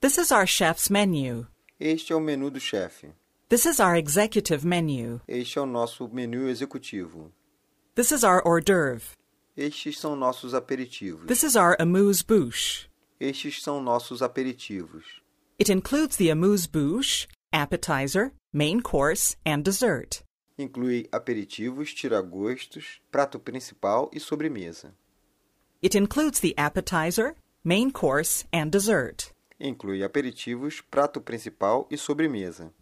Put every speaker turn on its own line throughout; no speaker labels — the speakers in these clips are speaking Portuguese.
This is our chef's menu.
Este é o menu do chefe.
This is our executive menu.
Este é o nosso menu executivo.
This is our hors d'oeuvre.
Estes são nossos aperitivos.
This is our amuse-bouche.
Estes são nossos aperitivos.
It includes the amuse-bouche, appetizer, main course, and dessert.
Inclui aperitivos, tiragostos, prato principal e sobremesa.
It includes the appetizer, main course, and dessert.
Inclui aperitivos, prato principal e sobremesa.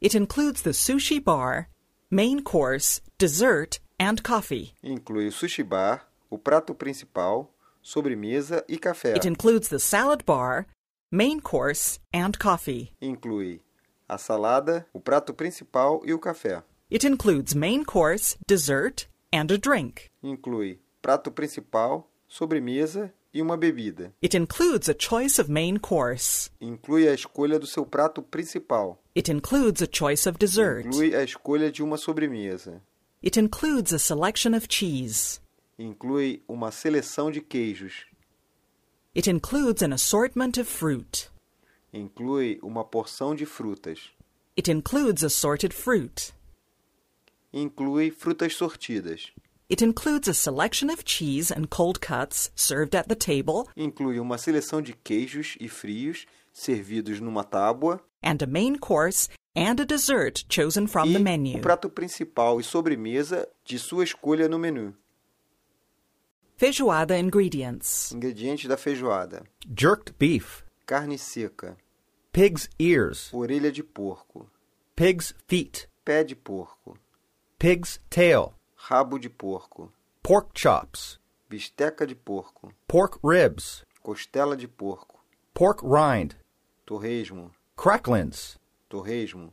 It includes the sushi bar, main course, dessert, and coffee.
Inclui o sushi bar, o prato principal, sobremesa e café.
It includes the salad bar, main course, and coffee.
Inclui a salada, o prato principal e o café.
It includes main course, dessert, and a drink.
Inclui prato principal, sobremesa e uma bebida.
It includes a choice of main course.
Inclui a escolha do seu prato principal.
It includes a choice of dessert.
Inclui a escolha de uma sobremesa.
It includes a selection of cheese.
Inclui uma seleção de queijos.
It includes an assortment of fruit.
Inclui uma porção de frutas.
It includes assorted fruit.
Inclui frutas sortidas.
It includes a selection of cheese and cold cuts served at the table
Inclui uma seleção de queijos e frios servidos numa tábua
and a main course and a dessert chosen from
e
the menu.
o prato principal e sobremesa de sua escolha no menu.
Feijoada ingredients
Ingredientes da feijoada:
jerked beef,
carne seca,
pig's ears,
orelha de porco,
pig's feet,
pé de porco,
pig's tail,
rabo de porco,
pork chops,
bisteca de porco,
pork ribs,
costela de porco,
pork rind,
torresmo,
cracklins,
torresmo,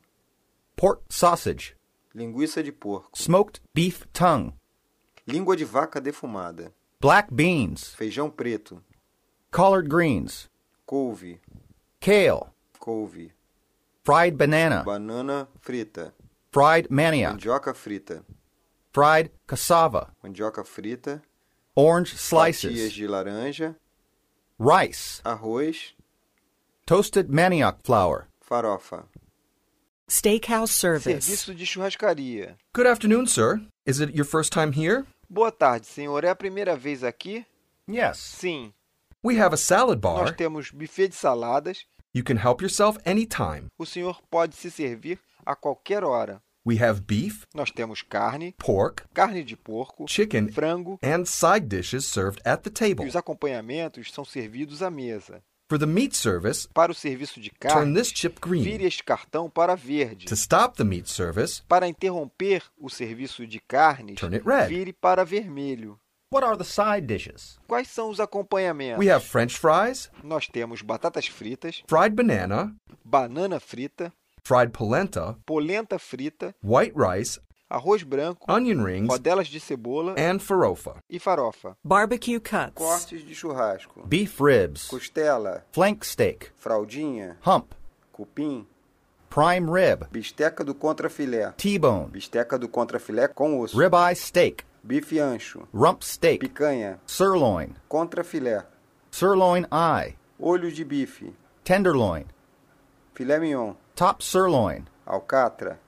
pork sausage,
linguiça de porco,
smoked beef tongue,
língua de vaca defumada,
black beans,
feijão preto,
collard greens,
couve,
kale,
couve,
fried banana,
banana frita,
fried manioc,
mandioca frita,
fried cassava,
mandioca frita,
orange
fatias
slices,
de laranja,
rice,
arroz,
toasted manioc flour.
farofa.
Steakhouse service
Serviço de churrascaria.
Good afternoon, sir. Is it your first time here?
Boa tarde, senhor. É a primeira vez aqui?
Yes.
Sim.
We have a salad
Nós
bar.
temos buffet de saladas.
You can help yourself anytime.
O senhor pode se servir a qualquer hora.
We have beef,
Nós temos carne,
pork,
carne de porco,
chicken,
frango
and side dishes served at the
e
table.
os acompanhamentos são servidos à mesa.
For the meat service,
Para o serviço de
turn
carne,
this chip
vire
green.
este cartão para verde.
To stop the meat service,
Para interromper o serviço de carnes,
Turn it red.
vire para vermelho.
What are the side dishes?
Quais são os acompanhamentos?
we have french fries,
Nós temos batatas fritas,
fried banana,
banana frita,
fried polenta,
polenta frita,
white rice,
arroz branco,
onion rings,
rodelas de cebola
and farofa.
e farofa.
Barbecue cuts
Cortes de churrasco,
Beef ribs,
costela,
flank steak,
fraldinha,
hump,
cupim,
prime rib,
bisteca do contrafilé,
T-bone,
bisteca do contrafilé com osso,
ribeye steak,
bife ancho,
rump steak,
picanha,
sirloin,
contrafilé,
sirloin eye,
olho de bife,
tenderloin,
filé mignon,
top sirloin,
alcatra,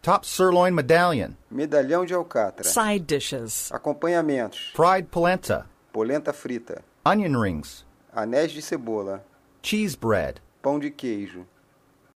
top sirloin medallion,
medalhão de alcatra,
Side dishes
acompanhamentos,
fried polenta,
polenta frita,
onion rings,
anéis de cebola,
cheese bread,
pão de queijo,